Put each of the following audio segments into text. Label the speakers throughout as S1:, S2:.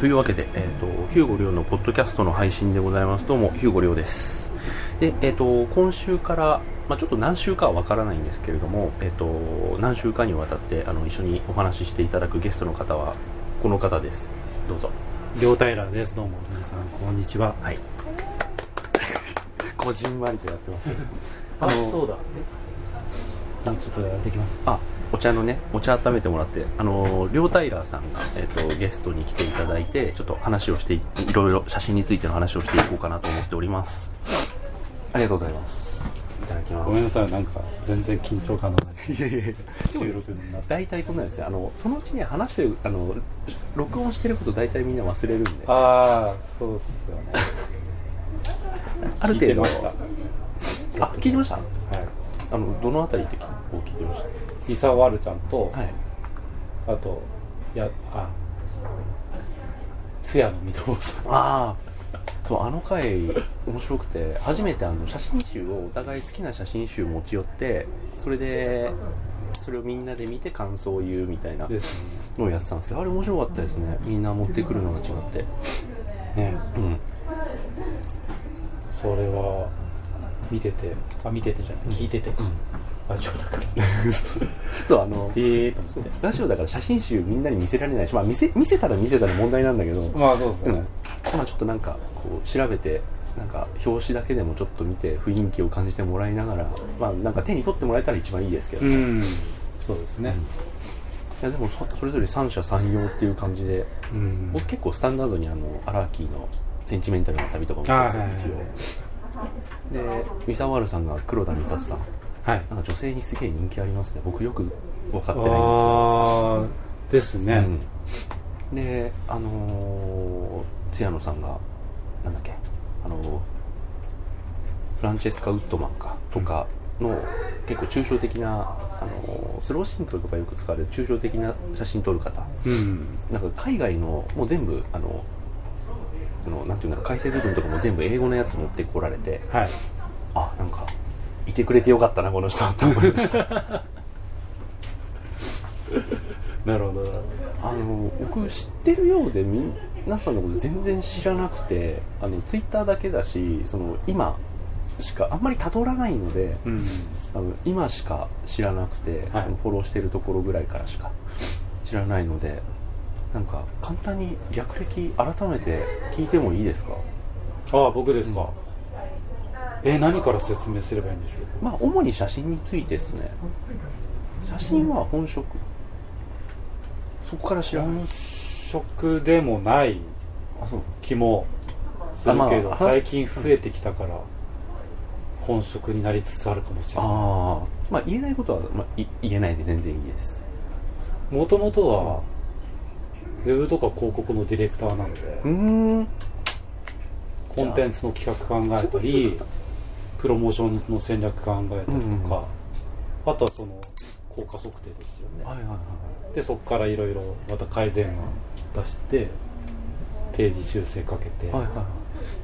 S1: というわけで、えーと、ヒューゴリョウのポッドキャストの配信でございます。どうも、ヒューゴリョウです。で、えっ、と、今週から、まあ、ちょっと何週かはわからないんですけれども、えっ、と、何週かにわたって、あの、一緒にお話ししていただくゲストの方は、この方です。どうぞ。
S2: 両平です。どうも皆さんこんにちは。
S1: はい。こじんまりとやってます。
S2: あ
S1: あの
S2: そうだ。えあちょっとやってきます。
S1: あお茶のねお茶温めてもらってあのー両タイラーさんが、えっとゲストに来ていただいてちょっと話をしていいろいろ写真についての話をしていこうかなと思っておりますありがとうございますいただき
S2: ご
S1: ま
S2: め
S1: す
S2: んなさいなんか全然緊張感のない収録になって。
S1: 大体こんなんですよあのそのうちに話してるあの録音してること大体みんな忘れるんであ
S2: ああそうっすよね。
S1: る
S2: 聞いて
S1: 程度
S2: ました。は
S1: あ聞いてました
S2: い。
S1: あのどのあたりってこう聞いてまし
S2: リサワルちゃんと、
S1: たはい
S2: あとやあつやのみとぼさん。
S1: ああそうあの回面白くて初めてあの写真集をお互い好きな写真集持ち寄ってそれでそれをみんなで見て感想を言うみたいな
S2: です
S1: のをやってたんですけどあれ面白かったですねみんな持ってくるのが違って
S2: ね。ね
S1: うん
S2: それは見ててあ見ててじゃない聞いてて。ラジオだから。
S1: そうあの
S2: ええと思って。
S1: ラジオだから写真集みんなに見せられないし、まあ、見せ見せたら見せたら問題なんだけど
S2: まあそうです
S1: う
S2: よ
S1: ん
S2: ね。
S1: まあちょっとなんかこう調べてなんか表紙だけでもちょっと見て雰囲気を感じてもらいながらまあなんか手に取ってもらえたら一番いいですけど
S2: うん。そうですね。
S1: いやでもそそれぞれ三者三様っていう感じで、
S2: うん
S1: 僕結構スタンダードにあのアラーキーのセンチメンタルな旅とかも
S2: あー
S1: て
S2: はい
S1: 一応でミサワールさんが黒田美里さん
S2: はい。
S1: なんか女性にすげえ人気ありますね僕よく分かってないんですよ
S2: ああですね、
S1: うん、であのー、津野さんがなんだっけあのーフランチェスカ・ウッドマンかとかの結構抽象的な、あのースローシンクとかよく使われる抽象的な写真撮る方
S2: うん
S1: なんか海外のもう全部あのあのなんていうんだろう解説文とかも全部英語のやつ持ってこられて
S2: はい
S1: あなんかいてくれてよかったなこの人って思いました
S2: なるほどなるほ
S1: あの僕知ってるようでみ皆さんのこと全然知らなくてあのツイッターだけだしその今しかあんまりたどらないので
S2: どうん
S1: あの今しか知らなくて、
S2: はい
S1: そのフォローしてるところぐらいからしか知らないのでなんか簡単に略歴改めて聞いてもいいですか
S2: ああ僕ですか、え何から説明すればいいんでしょ
S1: まあ主に写真についてですね写真は本職そこから知
S2: う
S1: らない
S2: 本職でもない
S1: あそう
S2: 気もするけど、
S1: あまあ
S2: 最近増えてきたから本職になりつつあるかもしれ
S1: あ
S2: な
S1: あまあ言えないことは、まあ、い言えないで全然いいです
S2: いもともとはウェブとか広告のディレクターなので
S1: うーん
S2: コンテンツの企画考えたりプロモーションの戦略考えたりとか、
S1: うんうん
S2: あとはその効果測定ですよね
S1: はいはいはい
S2: でそこからいろいろまた改善案出してページ修正かけて、
S1: はいはいは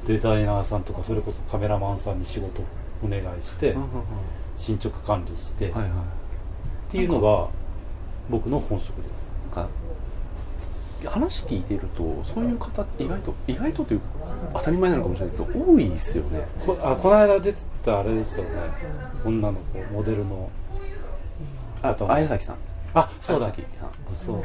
S2: デザイナーさんとかそれこそカメラマンさんに仕事お願いし
S1: い
S2: て、
S1: うんうん
S2: 進捗管理して、
S1: うんはいはいな
S2: っていうのが僕の本職で
S1: ん
S2: す
S1: か話聞いてるとそういう方って意外と意外とというか当たり前なのかもしれないけど多いですよね
S2: こあこの間出てたあれですよね女の子モデルの
S1: あと綾崎さん
S2: あそうだ
S1: 綾崎さん
S2: そ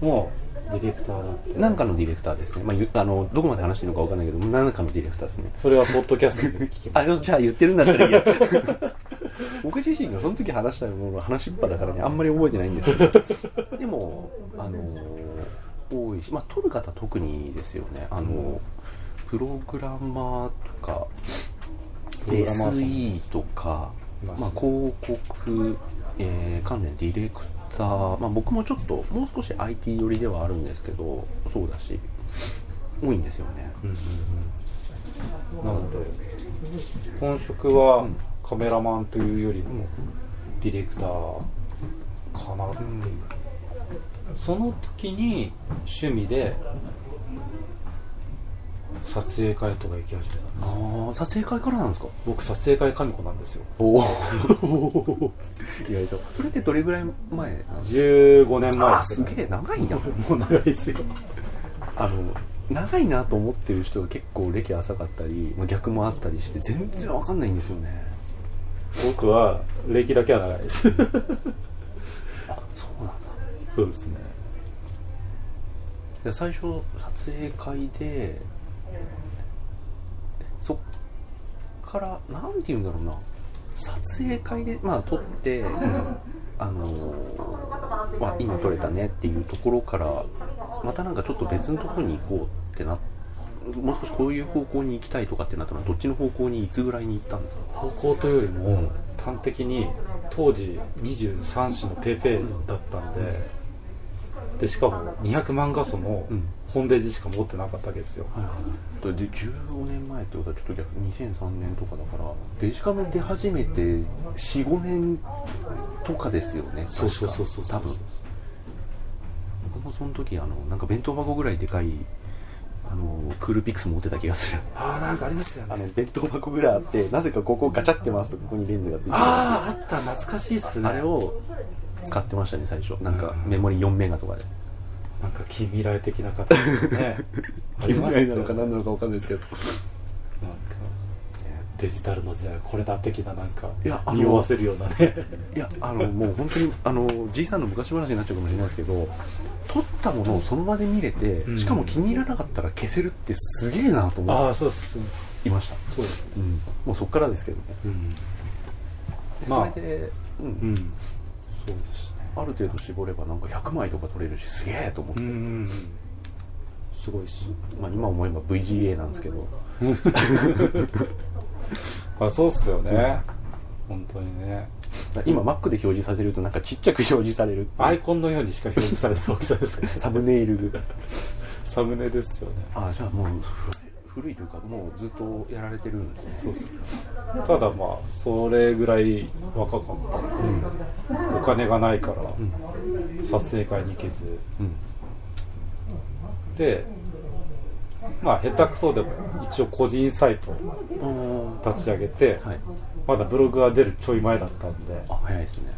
S2: うもうディレクターだって
S1: なんかのディレクターですね、まあゆ、あのどこまで話してるのかわかんないけど何かのディレクターですね
S2: それはポッドキャストで聞きま
S1: あじゃあ言ってるんだったらいいや 僕自身がその時話したものの話しっぱだからねあんまり覚えてないんですけどでもあの多いしまあ撮る方特にですよねあのプログラマーとか
S2: す。プログラマーさん
S1: SE とか、
S2: い
S1: ま
S2: ま
S1: あ
S2: す、
S1: 広告、えー関連ディレクター、まあ、僕もちょっともう少し IT 寄りではあるんですけどそうだし多いんですよね
S2: なので本職はカメラマンというよりもディレクターかなっていう、その時に趣味で撮影会とか行き始めたんです
S1: ああ撮影会からなんですか
S2: 僕撮影会神子なんですよ
S1: おお意外とそれってどれぐらい前なんです
S2: 15年前
S1: かあ
S2: です
S1: すげえ長いな
S2: もう長いですよ
S1: あの長いなと思ってる人が結構歴浅かったり、まあ、逆もあったりして全然わかんないんですよね
S2: 僕は歴だけは長いです
S1: あそうなんだ
S2: そうですね
S1: いや最初撮影会でそっからなんて言うんだろうな撮影会でまあ撮って、あのーまあ、いいの撮れたねっていうところからまたなんかちょっと別のところに行こうってなもう少しこういう方向に行きたいとかってなったのはどっちの方向にいつぐらいに行ったんですか
S2: 方向というより
S1: う
S2: も
S1: ん
S2: 端的に当時23種のペーペーだったんででしかも200万画素の
S1: うん
S2: 本デジしか持ってなかったわけですよ
S1: はいはい、で15年前ってことはちょっと逆に2003年とかだからデジカメ出始めて45年とかですよね
S2: そうそうそうそうそ
S1: 多
S2: う
S1: 分僕もその時あのなんか弁当箱ぐらいでかいあのクールピックス持ってた気がする
S2: ああなんかありますよ ね
S1: あの弁当箱ぐらいあってなぜかここガチャって回すとここにレンズがついてる
S2: あああった懐かしいっすね
S1: あれを使ってましたね最初なんかメモリ4メガとか で
S2: なんか近未来的な形です ねありましたよね
S1: なのか分かんないですけど
S2: なんかデジタルの時代はこれだ的ななんか
S1: いやあの
S2: 匂わせるようなね
S1: いやあのもう本当にあのじいさんの昔話になっちゃうかもしれないですけど撮ったものをその場で見れて、
S2: うん
S1: しかも気に入らなかったら消せるってすげえなと思
S2: ああそうです
S1: いました、
S2: そうですね
S1: うん、もうそっからですけどね
S2: うん
S1: で
S2: まあ
S1: それで、うん
S2: うんそうですね
S1: ある程度絞ればなんか100枚とか撮れるしすげえと思っ
S2: う
S1: て、
S2: んうんうんすごいっす
S1: まあ、今思えば VGA なんですけど
S2: あそうっすよね、本当にね
S1: 今 Mac で表示させるとなんかちっちゃく表示されるっていう
S2: アイコンのようにしか表示された大きさですけど
S1: サムネイル
S2: サムネですよね
S1: ああじゃあもう古い古いというかもうずっとやられてるんですね
S2: そうっすただまあそれぐらい若かったんで、お金がないから、撮影会に行けず
S1: うん
S2: でまあ下手くそでも一応個人サイト
S1: うんは
S2: 立ち上げて、
S1: い
S2: まだブログが出るちょい前だったんで
S1: あ早いですね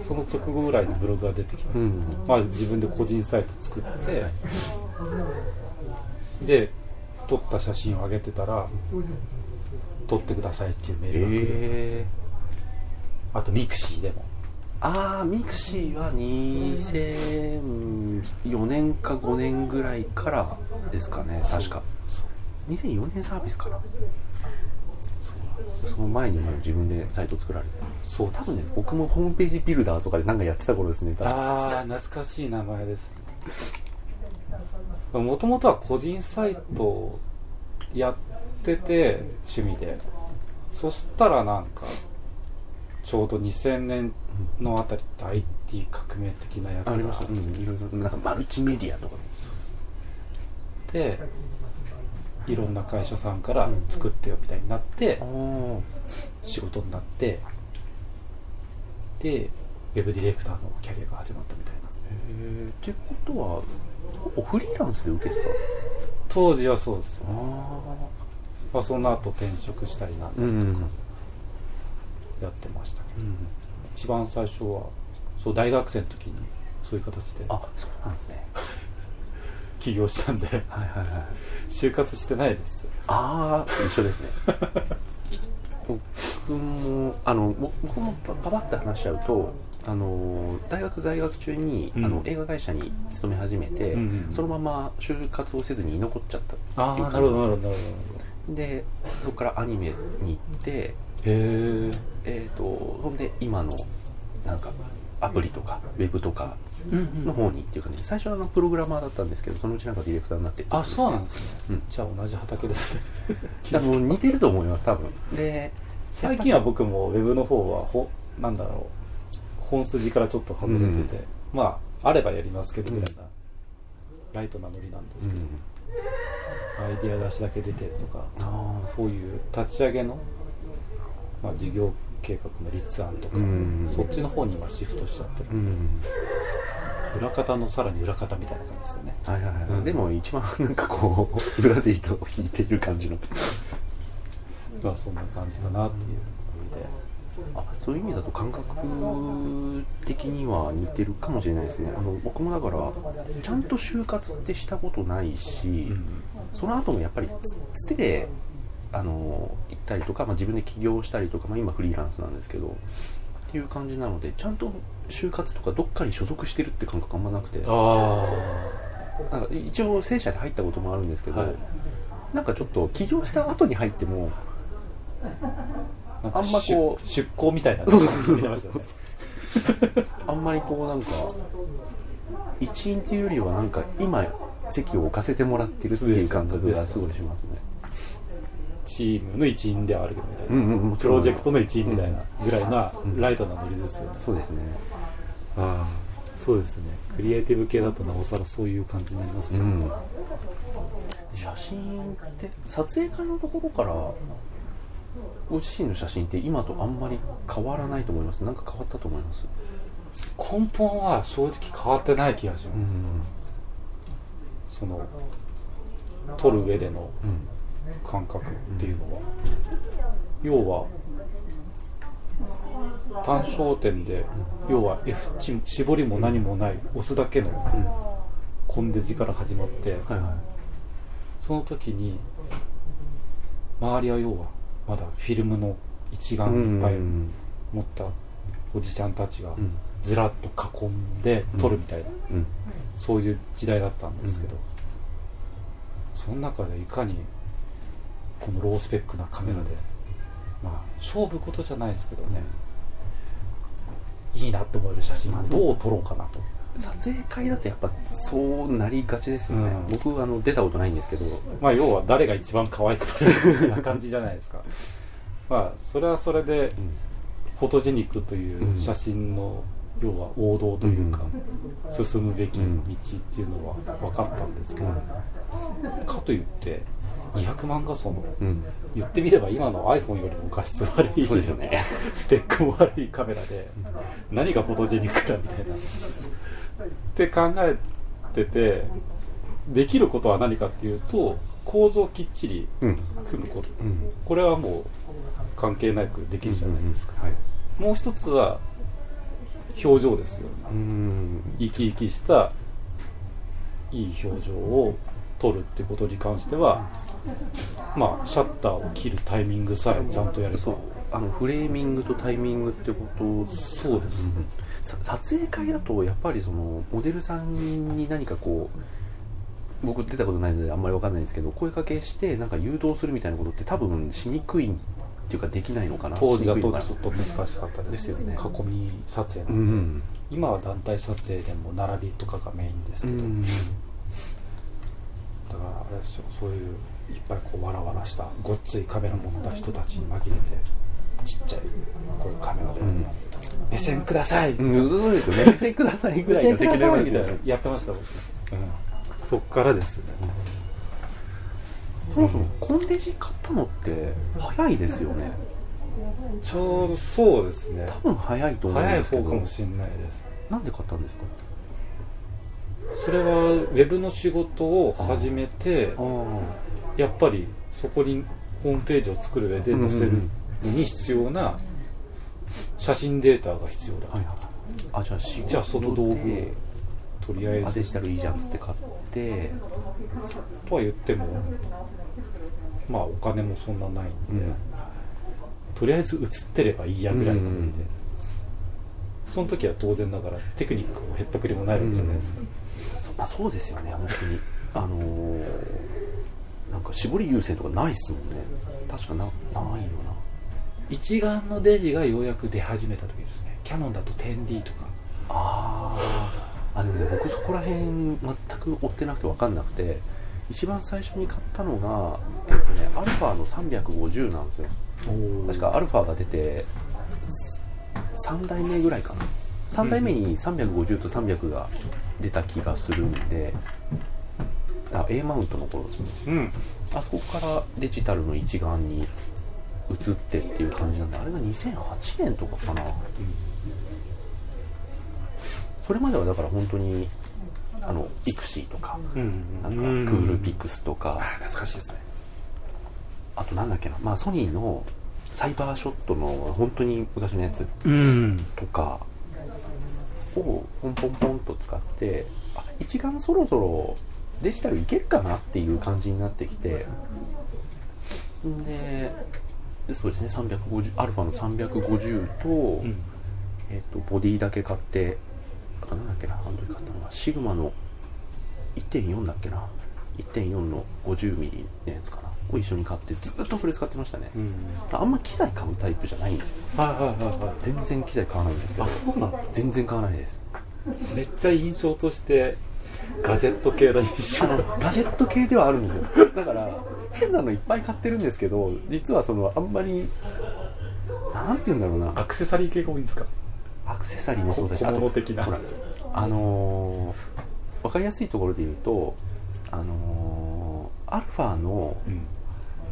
S2: その直後ぐらいにブログが出てきて、
S1: うん
S2: まあ、自分で個人サイト作ってで撮った写真を上げてたら撮ってくださいっていうメールが来る、
S1: ええ
S2: あとミクシーでも
S1: ああミクシーは2004年か5年ぐらいからですかね確か2004年サービスかなその前にもう自分でサイト作られて
S2: そうで
S1: 多
S2: す
S1: 分ね僕もホームページビルダーとかでなんかやってた頃ですね多分
S2: ああ懐かしい名前ですねもともとは個人サイトをやってて趣味でそしたらなんかちょうど2000年のあたりって IT 革命的なやつが
S1: ありましたうんいろいろなんかマルチメディアとか
S2: でいろんな会社さんから作ってよみたいになって
S1: あ
S2: 仕事になってでウェブディレクターのキャリアが始まったみたいな
S1: えってことはほぼフリーランスで受けてた
S2: 当時はそうです、
S1: ああ
S2: まあ、その後転職したりなんだ
S1: うんうんうん
S2: やってましたけど
S1: うん
S2: 一番最初はそう大学生の時にそういう形で
S1: あそうなんですね
S2: 起業したんで
S1: はいはいはい
S2: 就活してないです
S1: ああ一緒ですね 僕もあのぼ僕もパパパッと話しちゃうとあの大学在学中に、
S2: うん
S1: あの映画会社に勤め始めて、
S2: うんうんうん
S1: そのまま就活をせずに居残っちゃった
S2: あ
S1: っていう感じ
S2: なるほどなるほど
S1: でそこからアニメに行って
S2: へえ
S1: えー、とほんで今のなんかアプリとかウェブとかの方にっていう感じで最初はあのプログラマーだったんですけどそのうちなんかディレクターになってって
S2: あそうなんですね、
S1: うん
S2: じゃあ同じ畑ですね
S1: 多分似てると思います多分で
S2: 最近は僕もウェブの方はほなんだろう本筋からちょっと外れてて、
S1: うん
S2: まああればやりますけどぐらいな、ライトなノリなんですけど、アイディア出しだけ出てるとか
S1: ああ
S2: そういう立ち上げの、まあ、事業計画の立案とか、
S1: うん
S2: そっちの方に今シフトしちゃってる、
S1: うん
S2: 裏方のさらに裏方みたいな感じですよね
S1: はいはいはい、
S2: うん
S1: でも一番なんかこう 裏で糸を引いている感じの
S2: まあそんな感じかなっていうので
S1: あそういう意味だと感覚的には似てるかもしれないですねあの僕もだからちゃんと就活ってしたことないし、その後もやっぱりつてであの行ったりとか、まあ、自分で起業したりとか、まあ、今フリーランスなんですけどっていう感じなのでちゃんと就活とかどっかに所属してるって感覚あんまなくて
S2: あ
S1: なんか一応正社で入ったこともあるんですけど、
S2: はい
S1: なんかちょっと起業した後に入っても
S2: あなんか
S1: あんまこう
S2: 出出向みたいな
S1: そうそうそう
S2: になりましたね
S1: あんまりこうなんか一員っていうよりはなんか今席を置かせてもらってるっていう感覚がすごいしますね
S2: チームの一員ではあるけどみたいな、
S1: うんうんもち
S2: プ
S1: ろん
S2: ロジェクトの一員みたいなぐらいな
S1: うん
S2: ライトなノリですよね、
S1: そうですね
S2: ああそうですねクリエイティブ系だとなおさらそういう感じになります
S1: う
S2: よね、
S1: ん写真って撮影会のところからご自身の写真って今とあんまり変わらないと思いますなんか変わったと思います
S2: 根本は正直変わってない気がし
S1: う
S2: ます、
S1: ん
S2: その撮る上での
S1: うん
S2: 感覚っていうのは、要は単焦点で要は F 値絞りも何もない押すだけの
S1: うん
S2: コンデジから始まって
S1: はいは
S2: その時に周りは要はまだフィルムの一眼
S1: い
S2: いっぱい
S1: うん
S2: 持ったおじちゃんたちが
S1: うん
S2: ずらっと囲んで撮るみたいな、
S1: うん
S2: そういう時代だったんですけど、その中でいかにこのロースペックなカメラで、まあ勝負ことじゃないですけどね、いいなって思える写真をどう撮ろうかなと、
S1: 撮影会だとやっぱそうなりがちですよね、
S2: うん
S1: 僕あの出たことないんですけど
S2: まあ要は誰が一番可愛く撮れるかみたいな感じじゃないですかまあそれはそれでフォトジェニックという写真の、要は王道というか、進むべき道っていうのは分かったんですけど、かといって200万画素の
S1: うん、
S2: 言ってみれば今の iPhone よりも画質悪い
S1: そうですよね
S2: スペックも悪いカメラで何がフォトジェニックだみたいなって考えててできることは何かっていうと構造をきっちり
S1: うん
S2: 組むこと
S1: うん
S2: これはもう関係なくできるじゃないですか、
S1: はい
S2: もう一つは表情ですよね
S1: うん
S2: 生き生きしたいい表情を撮るってことに関してはまあシャッターを切るタイミングさえちゃんとやれば
S1: そうあのフレーミングとタイミングってことです
S2: そうです、
S1: さ撮影会だとやっぱりそのモデルさんに何かこう僕出たことないのであんまりわかんないんですけど声かけしてなんか誘導するみたいなことって多分しにくいっていうかできないのかな
S2: 当時だと
S1: し
S2: ち
S1: にくい
S2: ょ
S1: のかな
S2: っと難しかったです
S1: ですよね
S2: 囲み撮影、
S1: うん
S2: 今は団体撮影でも並びとかがメインです
S1: う
S2: けど、
S1: ん
S2: だからあれですよそういういっぱいこうわらわらしたごっついカメラ持った人たちに紛れてちっちゃいこういうカメラで、
S1: ん
S2: 目線ください、
S1: うんそうですよね見せくださいぐらいの責任はあるんですよね
S2: やってました僕、そっからですね
S1: そもそもコンデジ買ったのって早いですよね
S2: ちょうどそうですね
S1: 多分早いと思うん
S2: 早い
S1: ですけ
S2: 方
S1: ど
S2: かもしれないです
S1: なんで買ったんですか
S2: それはウェブの仕事を始めて
S1: あ
S2: やっぱりそこにホームページを作る上で載せるのに必要な写真データが必要だ、
S1: あはいはいあじゃあ仕事
S2: じゃあその道具を
S1: で
S2: とりあえ
S1: あ
S2: ず
S1: デジタルいいじゃんっつって買って
S2: とは言ってもまあお金もそんなないんで、
S1: うん
S2: とりあえず写ってればいいやぐらいのノリで、
S1: うんうんうん
S2: その時は当然ながらテクニックもへったくりもないわけじゃないですか、
S1: まあそうですよね本当に あのー、なんか絞り優先とかないっすもんね確かなないよな
S2: 一眼のデジがようやく出始めた時ですねキャノンだと 10D とか
S1: あーあでもね僕そこら辺全く追ってなくて分かんなくて一番最初に買ったのがえっとねアルファの350なんですよ確かアルファが出て3代目ぐらいかな3代目に350と300が出た気がするんであ A マウントの頃ですね
S2: うん
S1: あそこからデジタルの一眼に移ってっていう感じなんであれが2008年とかかな、それまではだから本当にあのイクシーとか、
S2: うん
S1: なんかクールピックスとか、
S2: 懐かしいですね
S1: あとなんだっけな、まあ、ソニーのサイバーショットの本当に昔のやつ
S2: うん
S1: とかをポンポンポンと使ってあ一眼そろそろデジタルいけるかなっていう感じになってきてんでそうですね350アルファの350と、
S2: うん
S1: えっとボディだけ買ってあなんだっけなあの時買ったのはシグマの1.4だっけな1.4の 50mm のやつかなを一緒に買ってずっとそれ使ってましたね、
S2: うん
S1: あんま機材買うタイプじゃないんですよ
S2: はいはいはいはい
S1: 全然機材買わないんですけど
S2: あそうなんだ
S1: 全然買わないです
S2: めっちゃ印象としてガジェット系の印
S1: あ
S2: 象
S1: のガジェット系ではあるんですよだから変なのいっぱい買ってるんですけど実はそのあんまりなんて言うんだろうな
S2: アクセサリー系が多いんですか
S1: アクセサリーもそうだし
S2: 小
S1: あ
S2: 物
S1: と
S2: 的な
S1: ほらあのー、分かりやすいところで言うとあのー、アルファの
S2: うん、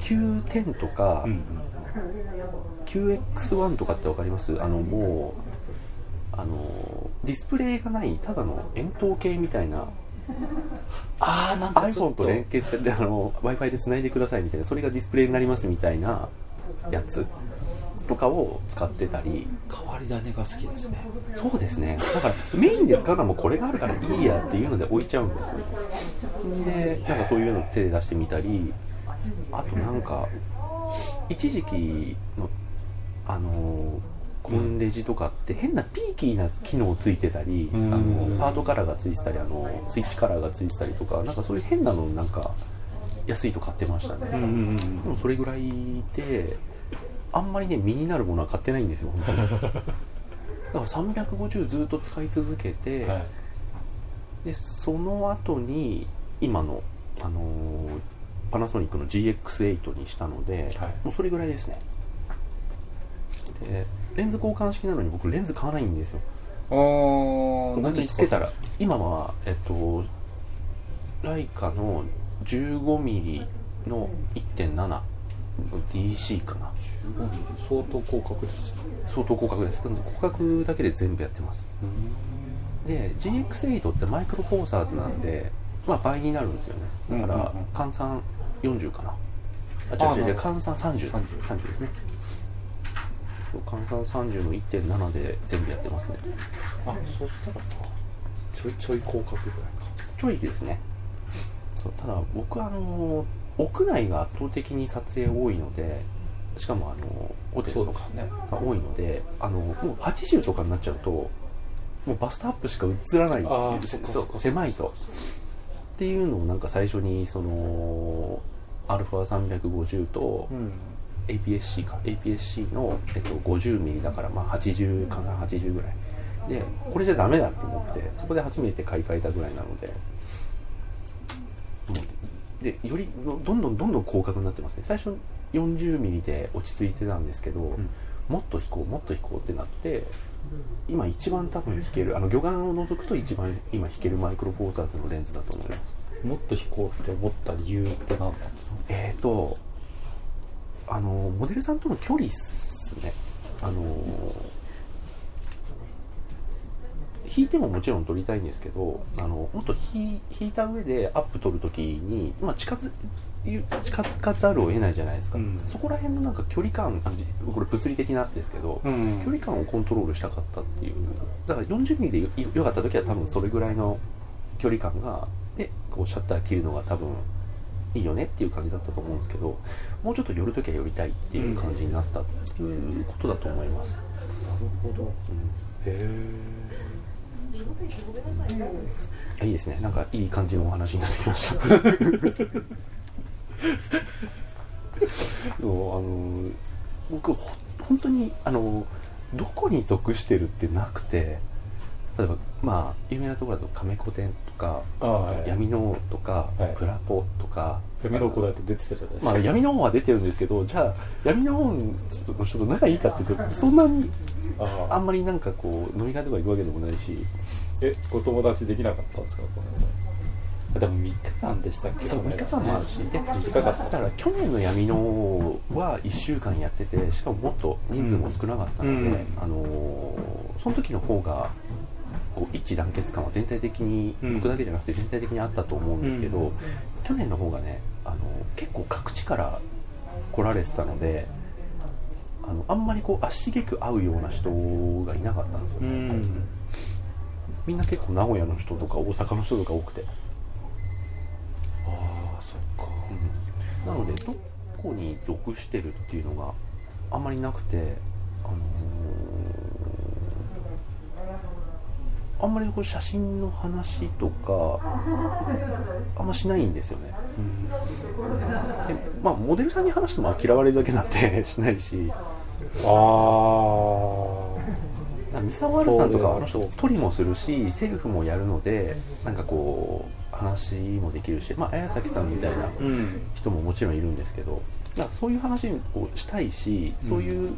S1: Q10 とか、
S2: うん、
S1: QX1 とかって分かりますあのもうあのーディスプレイがないただの円筒形みたいな
S2: ああなんかちょ
S1: iPhone
S2: っと
S1: と連携して w i f i でつないでくださいみたいなそれがディスプレイになりますみたいなやつとかを使ってたり
S2: 変わり種が好きですね
S1: そうですねだからメインで使うのはもうこれがあるからいいやっていうので置いちゃうんですよでなんかそういうの手で出してみたりあとなんか一時期のあのコンデジとかって変なピーキーな機能ついてたりあ
S2: うん
S1: のパートカラーがついてたりあのスイッチカラーがついてたりとかなんかそういう変なのなんか安いと買ってましたね
S2: うんうんうん
S1: でもそれぐらいであんまりね身になるものは買ってないんですよ 本当にだから350ずっと使い続けて、
S2: はい、
S1: でその後に今の、あのーパナソニックの GX8 にしたので、
S2: はい
S1: もうそれぐらいですねでレンズ交換式なのに僕レンズ買わないんですよ
S2: あー
S1: 本当につけたら今はえっとライカの 15mm の 1.7DC かな
S2: 15ミリ相当広角ですよ
S1: 相当広角です広角だけで全部やってますで GX8 ってマイクロフォーサーズなんで、まあ、倍になるんですよねだか
S2: うんうんう
S1: ら
S2: ん
S1: 換算40かなあ違う違う違う
S2: あ
S1: 換算 30,
S2: 30
S1: 30ですねそう換算30の1.7で全部やってますね
S2: あそうしたらなちょいちょい広角ぐらいか
S1: ちょいですねそうただ僕あの屋内が圧倒的に撮影多いのでしかもあのホテルとか
S2: すね
S1: が多いのであのもう80とかになっちゃうともうバストアップしか映らないってい
S2: あー
S1: う
S2: そっか
S1: そ
S2: そっか
S1: う狭いとっていうのをなんか最初にそのアルファ350と
S2: うん
S1: APS-C か APS-C の、えっと、50ミリだからまあ80換算80ぐらいでこれじゃダメだと思ってそこで初めて買い替えたぐらいなのでもうでよりどどんどんどんどん広角になってますね最初40ミリで落ち着いてたんですけど、
S2: ん
S1: もっと引こうもっと引こうってなって今一番多分引けるあの魚眼を除くと一番今引けるマイクロフォーザーズのレンズだと思います
S2: もっと飛行って思った理由って何なんですか
S1: えー、とあのモデルさんとの距離っすねあの引いてももちろん撮りたいんですけどあのもっと引い引いた上でアップ撮るときに、まあ、近づ近づかざるを得ないじゃないですか、
S2: うん
S1: そこら辺のなんか距離感これ物理的なんですけど、
S2: ん
S1: 距離感をコントロールしたかったっていうだから40ミリでよよかった時は多分それぐらいの距離感がでこうシャッター切るのが多分いいよねっていう感じだったと思うんですけどもうちょっと寄る時は寄りたいっていう感じになったっていうことだと思います、
S2: なるほどへ
S1: うんいいですねなんかいい感じのお話になってきました そうあの僕ほ本当にあのどこに属してるってなくて例えばまあ有名なところだと亀子店とか
S2: ああはい
S1: 闇の王とか、
S2: はい
S1: プラポとか
S2: 闇の子だって出てたじゃないです
S1: ま
S2: か、
S1: あ、闇の王は出てるんですけどじゃあ闇の王の人と仲いいかっていうとそんなに
S2: ああ
S1: あんまりなんかこう飲み会とか行くわけでもないし
S2: えご友達できなかったんですかこの間でも3日間でしたっけ
S1: そう
S2: この
S1: 見
S2: 間
S1: 方もあるし、で
S2: 短かった
S1: だから去年の闇の王は1週間やっててしかももっと人数も少なかったので、
S2: うんうん
S1: あのーその時の方がこう一致団結感は全体的に、
S2: うん
S1: 僕だけじゃなくて全体的にあったと思うんですけど、
S2: うん
S1: 去年の方がねあのー結構各地から来られてたのでのあんまりこう足げく会うような人がいなかったんですよ
S2: う
S1: ね、
S2: ん
S1: みんな結構名古屋の人とか大阪の人とか多くて、
S2: ああそっか
S1: なのでどこに属してるっていうのがあんまりなくて、あのーあんまりこう写真の話とかあんましないんですよね
S2: うん
S1: で、まあ、モデルさんに話しても嫌われるだけなんて しないし
S2: ああ
S1: なんか三沢アルさんとかはあの人
S2: そうだよ
S1: 撮りもするしセルフもやるのでなんかこう話もできるし、まあ、綾崎さんみたいな
S2: うん
S1: 人ももちろんいるんですけどなんかそういう話をしたいしそういう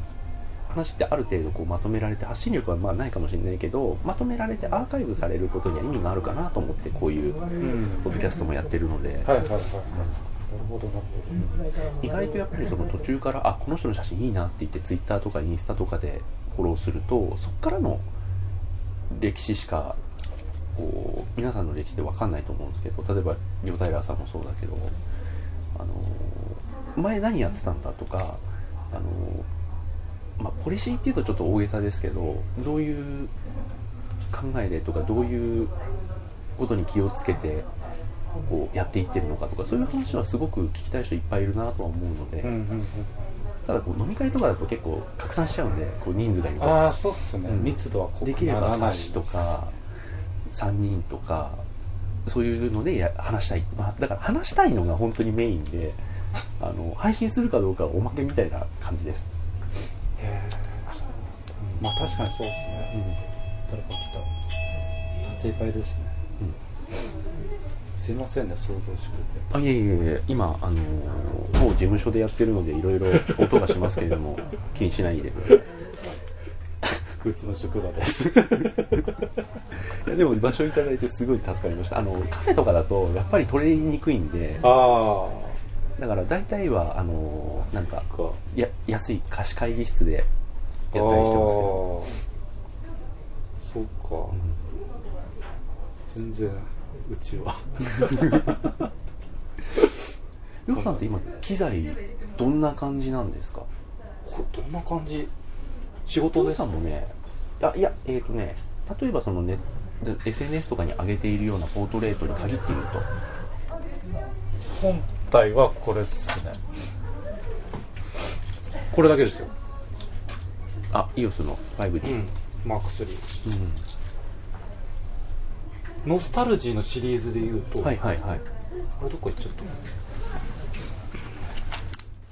S1: 話ってある程度こうまとめられて発信力はまあないかもしれないけどまとめられてアーカイブされることには意味があるかなと思ってこういう
S2: うん
S1: ポッドキャストもやってるので、
S2: はいはいはいなるほどなるほど
S1: 意外とやっぱりその途中からあこの人の写真いいなって言ってツイッターとかインスタとかでフォローするとそこからの歴史しかこう皆さんの歴史で分かんないと思うんですけど例えば両平さんもそうだけど、あの前何やってたんだとか、あのまあ、ポリシーっていうとちょっと大げさですけどどういう考えでとかどういうことに気をつけてこうやっていってるのかとかそういう話はすごく聞きたい人いっぱいいるなとは思うので、
S2: うんうんうん
S1: ただこう飲み会とかだと結構拡散しちゃうんでこう人数がいるから
S2: ああそうっすね、
S1: うん
S2: 密度は濃
S1: で
S2: く
S1: きれ
S2: な
S1: ば
S2: らない
S1: 話とか3人とかそういうのでや話したい、まあ、だから話したいのが本当にメインであの配信するかどうかはおまけみたいな感じです、
S2: へーそうまあ確かにそうっすね誰か来た撮影会ですね、すいませんね想像してく
S1: あいえいえいえ今あのもう事務所でやってるのでいろいろ音がしますけれども 気にしないでくださ
S2: れてうちの職場です
S1: いいやでも場所いただいてすごい助かりましたあのカフェとかだとやっぱり取りにくいんで
S2: ああ
S1: だから大体はあのなんか
S2: か
S1: や安い貸し会議室でやったりしてますけど
S2: そうか、全然うちは
S1: りょうさんって今機材どんな感じなんですか
S2: これどんな感じ仕
S1: り
S2: 事
S1: ょう
S2: です
S1: さ
S2: か
S1: んもねあいやえっ、とね例えばそのね SNS とかに上げているようなポートレートに限って言うと
S3: 本体はこれっすね
S2: これだけですよ
S1: あ EOS の 5D、
S2: うんマーク3ノスタルジーのシリーズでいうと、
S1: はいはいはい
S2: これどこ行っちゃっ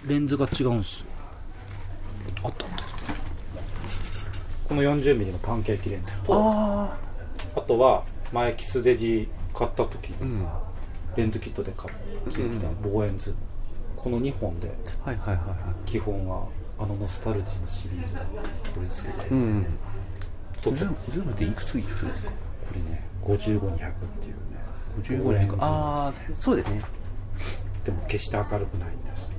S2: たレンズが違うんすよあったあったこの 40mm のパンケーキレンズとあ
S1: あ
S2: とは前キスデジ買った時
S1: あうんは
S2: レンズキットで買ってきた望遠図この2本で
S1: いはいはいは
S2: 基本はあのノスタルジーのシリーズがこれですけど
S1: いうん
S2: 撮って
S1: ズー
S2: こ
S1: ムズームっていくついくつですか
S2: れね55200っていうね
S1: 15
S2: レンズ
S1: ああそうですね
S2: でも決して明るくないんです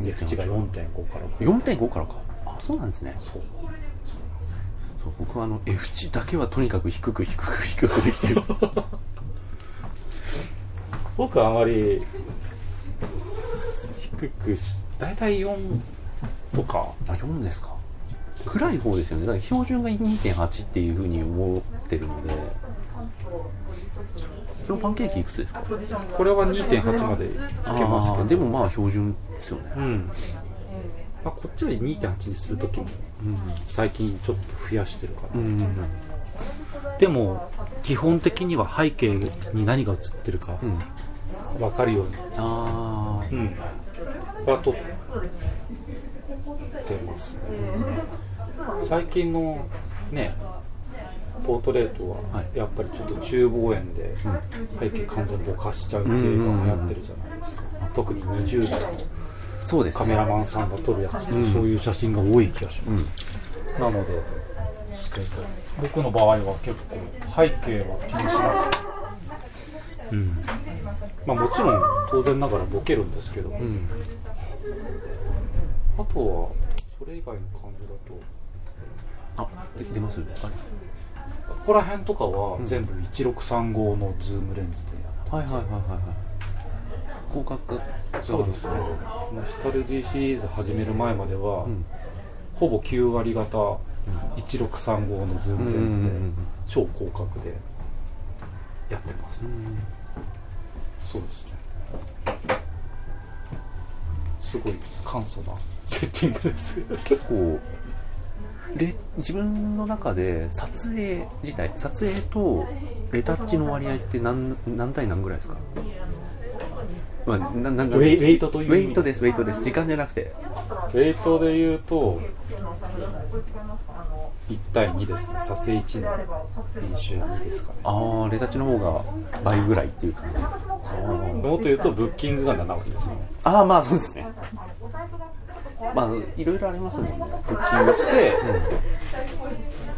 S2: で口が4.5から5
S1: 4.5からかあそうなんですね
S2: そう
S1: そう僕はあの F 値だけはとにかく低く低く低くできてる
S2: 僕はあまり低くし大体4とか
S1: あ4ですか暗い方ですよねだから標準が2.8っていうふうに思ってるのでそのパンケーキいくつですか
S2: これは2.8までいけますけ
S1: あ
S2: ど
S1: ーでもまあ標準ですよね
S2: うん、まあ、こっちは2.8にする時も最近ちょっと増やしてるか
S1: う
S2: ら、
S1: ん
S2: でも基本的には背景に何が映ってるか
S1: うん
S2: 分かるように
S1: あ
S2: うんは撮ってますね最近のねポートレート
S1: は
S2: はいやっぱりちょっと中望遠で背景完全にぼかしちゃうっていうのが流行ってるじゃないですか、特に20代の
S1: あそうです
S2: カメ
S1: ね
S2: ラマンさんが撮るやつってそういう写真が多い気がします、なので
S3: 僕の場合は結構背景は気にしま
S2: まあ、もちろん当然ながらボケるんですけど、あとはそれ以外の感じだと
S1: あで出ますあれ
S2: ここら辺とかは全部1635のズームレンズでや
S1: は
S2: って
S1: いはいはいはいはい広角
S2: そうですねノスタルジーシリーズ始める前までは、
S1: ん
S2: ほぼ9割方1635のズームレンズで
S1: うん
S2: 超広角でやってます、そうですねすごい簡素なセッティング です
S1: 結構レ自分の中で撮影自体撮影とレタッチの割合って何何対何ぐらいですか、まあ、ななな
S2: ウェイウェイトという
S1: ウ
S2: 意
S1: ェイ
S2: 味
S1: トですウェイトです時間じゃなくて
S2: レートで言うと1対2ですね撮影1の練習2ですかね
S1: ああレタッチの方が倍ぐらいっていう感じあー
S2: もっと言うとブッキングが7割ですよね
S1: あーまあそうですねまあいろいろありますもんね
S2: ブッキングして、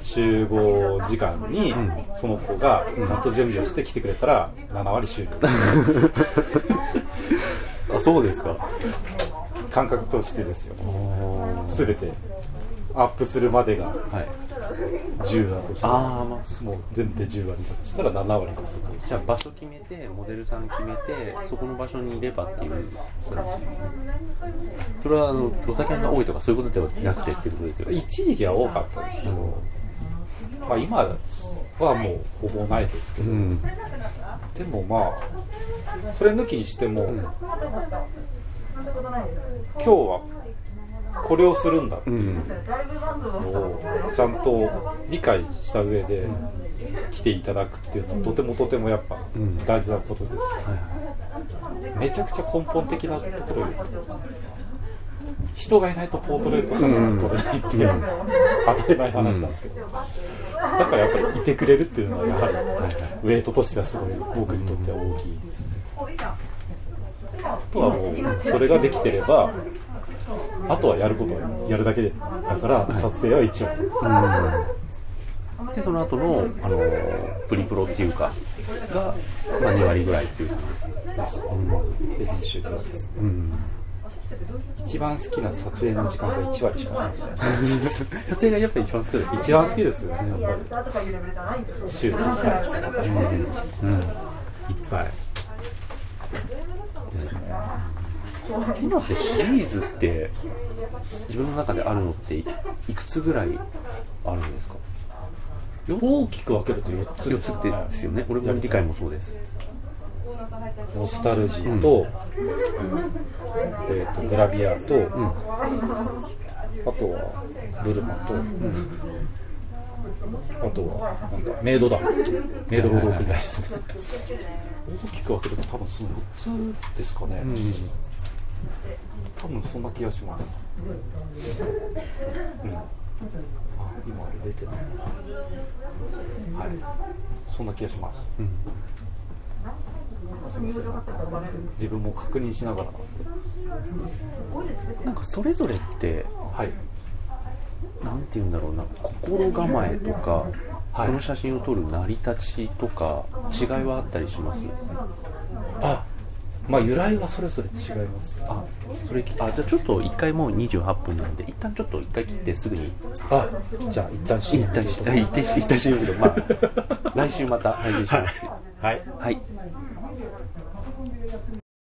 S2: 集合時間にその子がちゃんと準備をして来てくれたら7割終了
S1: あそうですか
S2: 感覚としてですよ
S1: は
S2: 全てアップするまでが
S1: い
S2: 10だとしたら
S1: ああまあ
S2: もう全部で10割だとしたら7割がそこ
S1: じゃあ場所決めてモデルさん決めてそこの場所にいればっていうそれそれはあのドタキャンが多いとかそういうことではなくてっていうことですよね
S2: 一時期は多かったですけど、まあ、今はもうほぼないですけど、
S1: ん
S2: でもまあそれ抜きにしても、今日はこれをするんだって
S1: う
S2: いうんのをちゃんと理解した上で来ていただくっていうのはとてもとてもやっぱ
S1: ん
S2: 大事なことです、めちゃくちゃ根本的なところで人がいないとポートレート写真が撮れないっていう、当たり前の話なんですけど、だからやっぱりいてくれるっていうのはやはりウェイトとしてはすごい僕にとっては大きいですね、あとはもうそれができてればあとはやることはやるだけでだから撮影は一応
S1: でその後のあのプリプロっていうかが、まあ、2割ぐらいっていう感じです
S2: で編集からですね
S1: うん
S2: 一番好きな撮影の時間が1割しかないみたいな
S1: 撮影がやっぱ一番好きです
S2: 一番好きですよねやっぱりシュートしたいですね
S1: いっぱいですね今ってシリーズって自分の中であるのっていくつぐらいあるんですか
S2: 大きく分けると4つ
S1: 4
S2: です
S1: つ
S2: ね
S1: ってですよね俺も理解もそうです
S2: ノスタルジーと,、えー、とグラビアと、あとはブルマと、あとはなんだメイドだメイド労働組合ですね大きく分けると多分その4つですかね、多分そんな気がします、うん、あ今あれ出てないはいそんな気がします、すみませんなんか自分も確認しながら
S1: なんかそれぞれって
S2: はい
S1: なんて言うんだろうな心構えとか、
S2: はい
S1: この写真を撮る成り立ちとか違いはあったりします
S2: あまあ由来はそれぞれ違いますあ
S1: それきあじゃあちょっと1回もう28分なんで一旦ちょっと1回切ってすぐに
S2: あじゃあ一旦シ
S1: 一 旦し一旦し一旦しようけどまあ来週また配信します
S2: はい
S1: はい